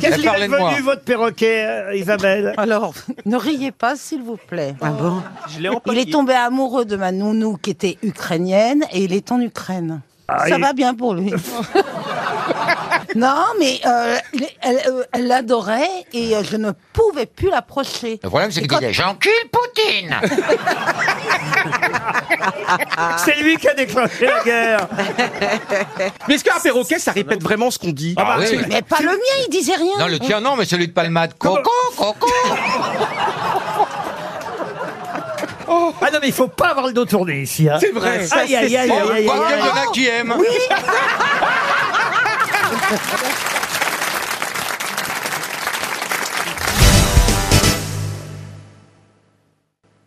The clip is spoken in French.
Qu'est-ce qui est Eh, Parlez de moi. devenu votre perroquet, euh, Isabelle Alors, ne riez pas, s'il vous plaît. Ah Je l'ai Il est tombé amoureux de ma nounou qui était ukrainienne et il est en Ukraine. Ah, Ça il- va bien pour lui. non, mais euh, il est- elle euh, elle l'adorait et euh, je ne pouvais plus l'approcher. Le problème, c'est qu'il quand- disait J'encule Poutine C'est lui qui a déclenché la guerre. Mais est-ce qu'un perroquet, ça répète vraiment ce qu'on dit Ah oui. Mais pas le mien, il disait rien. Non, le tien, non, mais celui de Palmade. Coco, coco Ah non, mais il faut pas avoir le dos tourné ici. hein. C'est vrai. Aïe, aïe, aïe, aïe, aïe, Quoique, aïe. il y en a qui aiment. Oui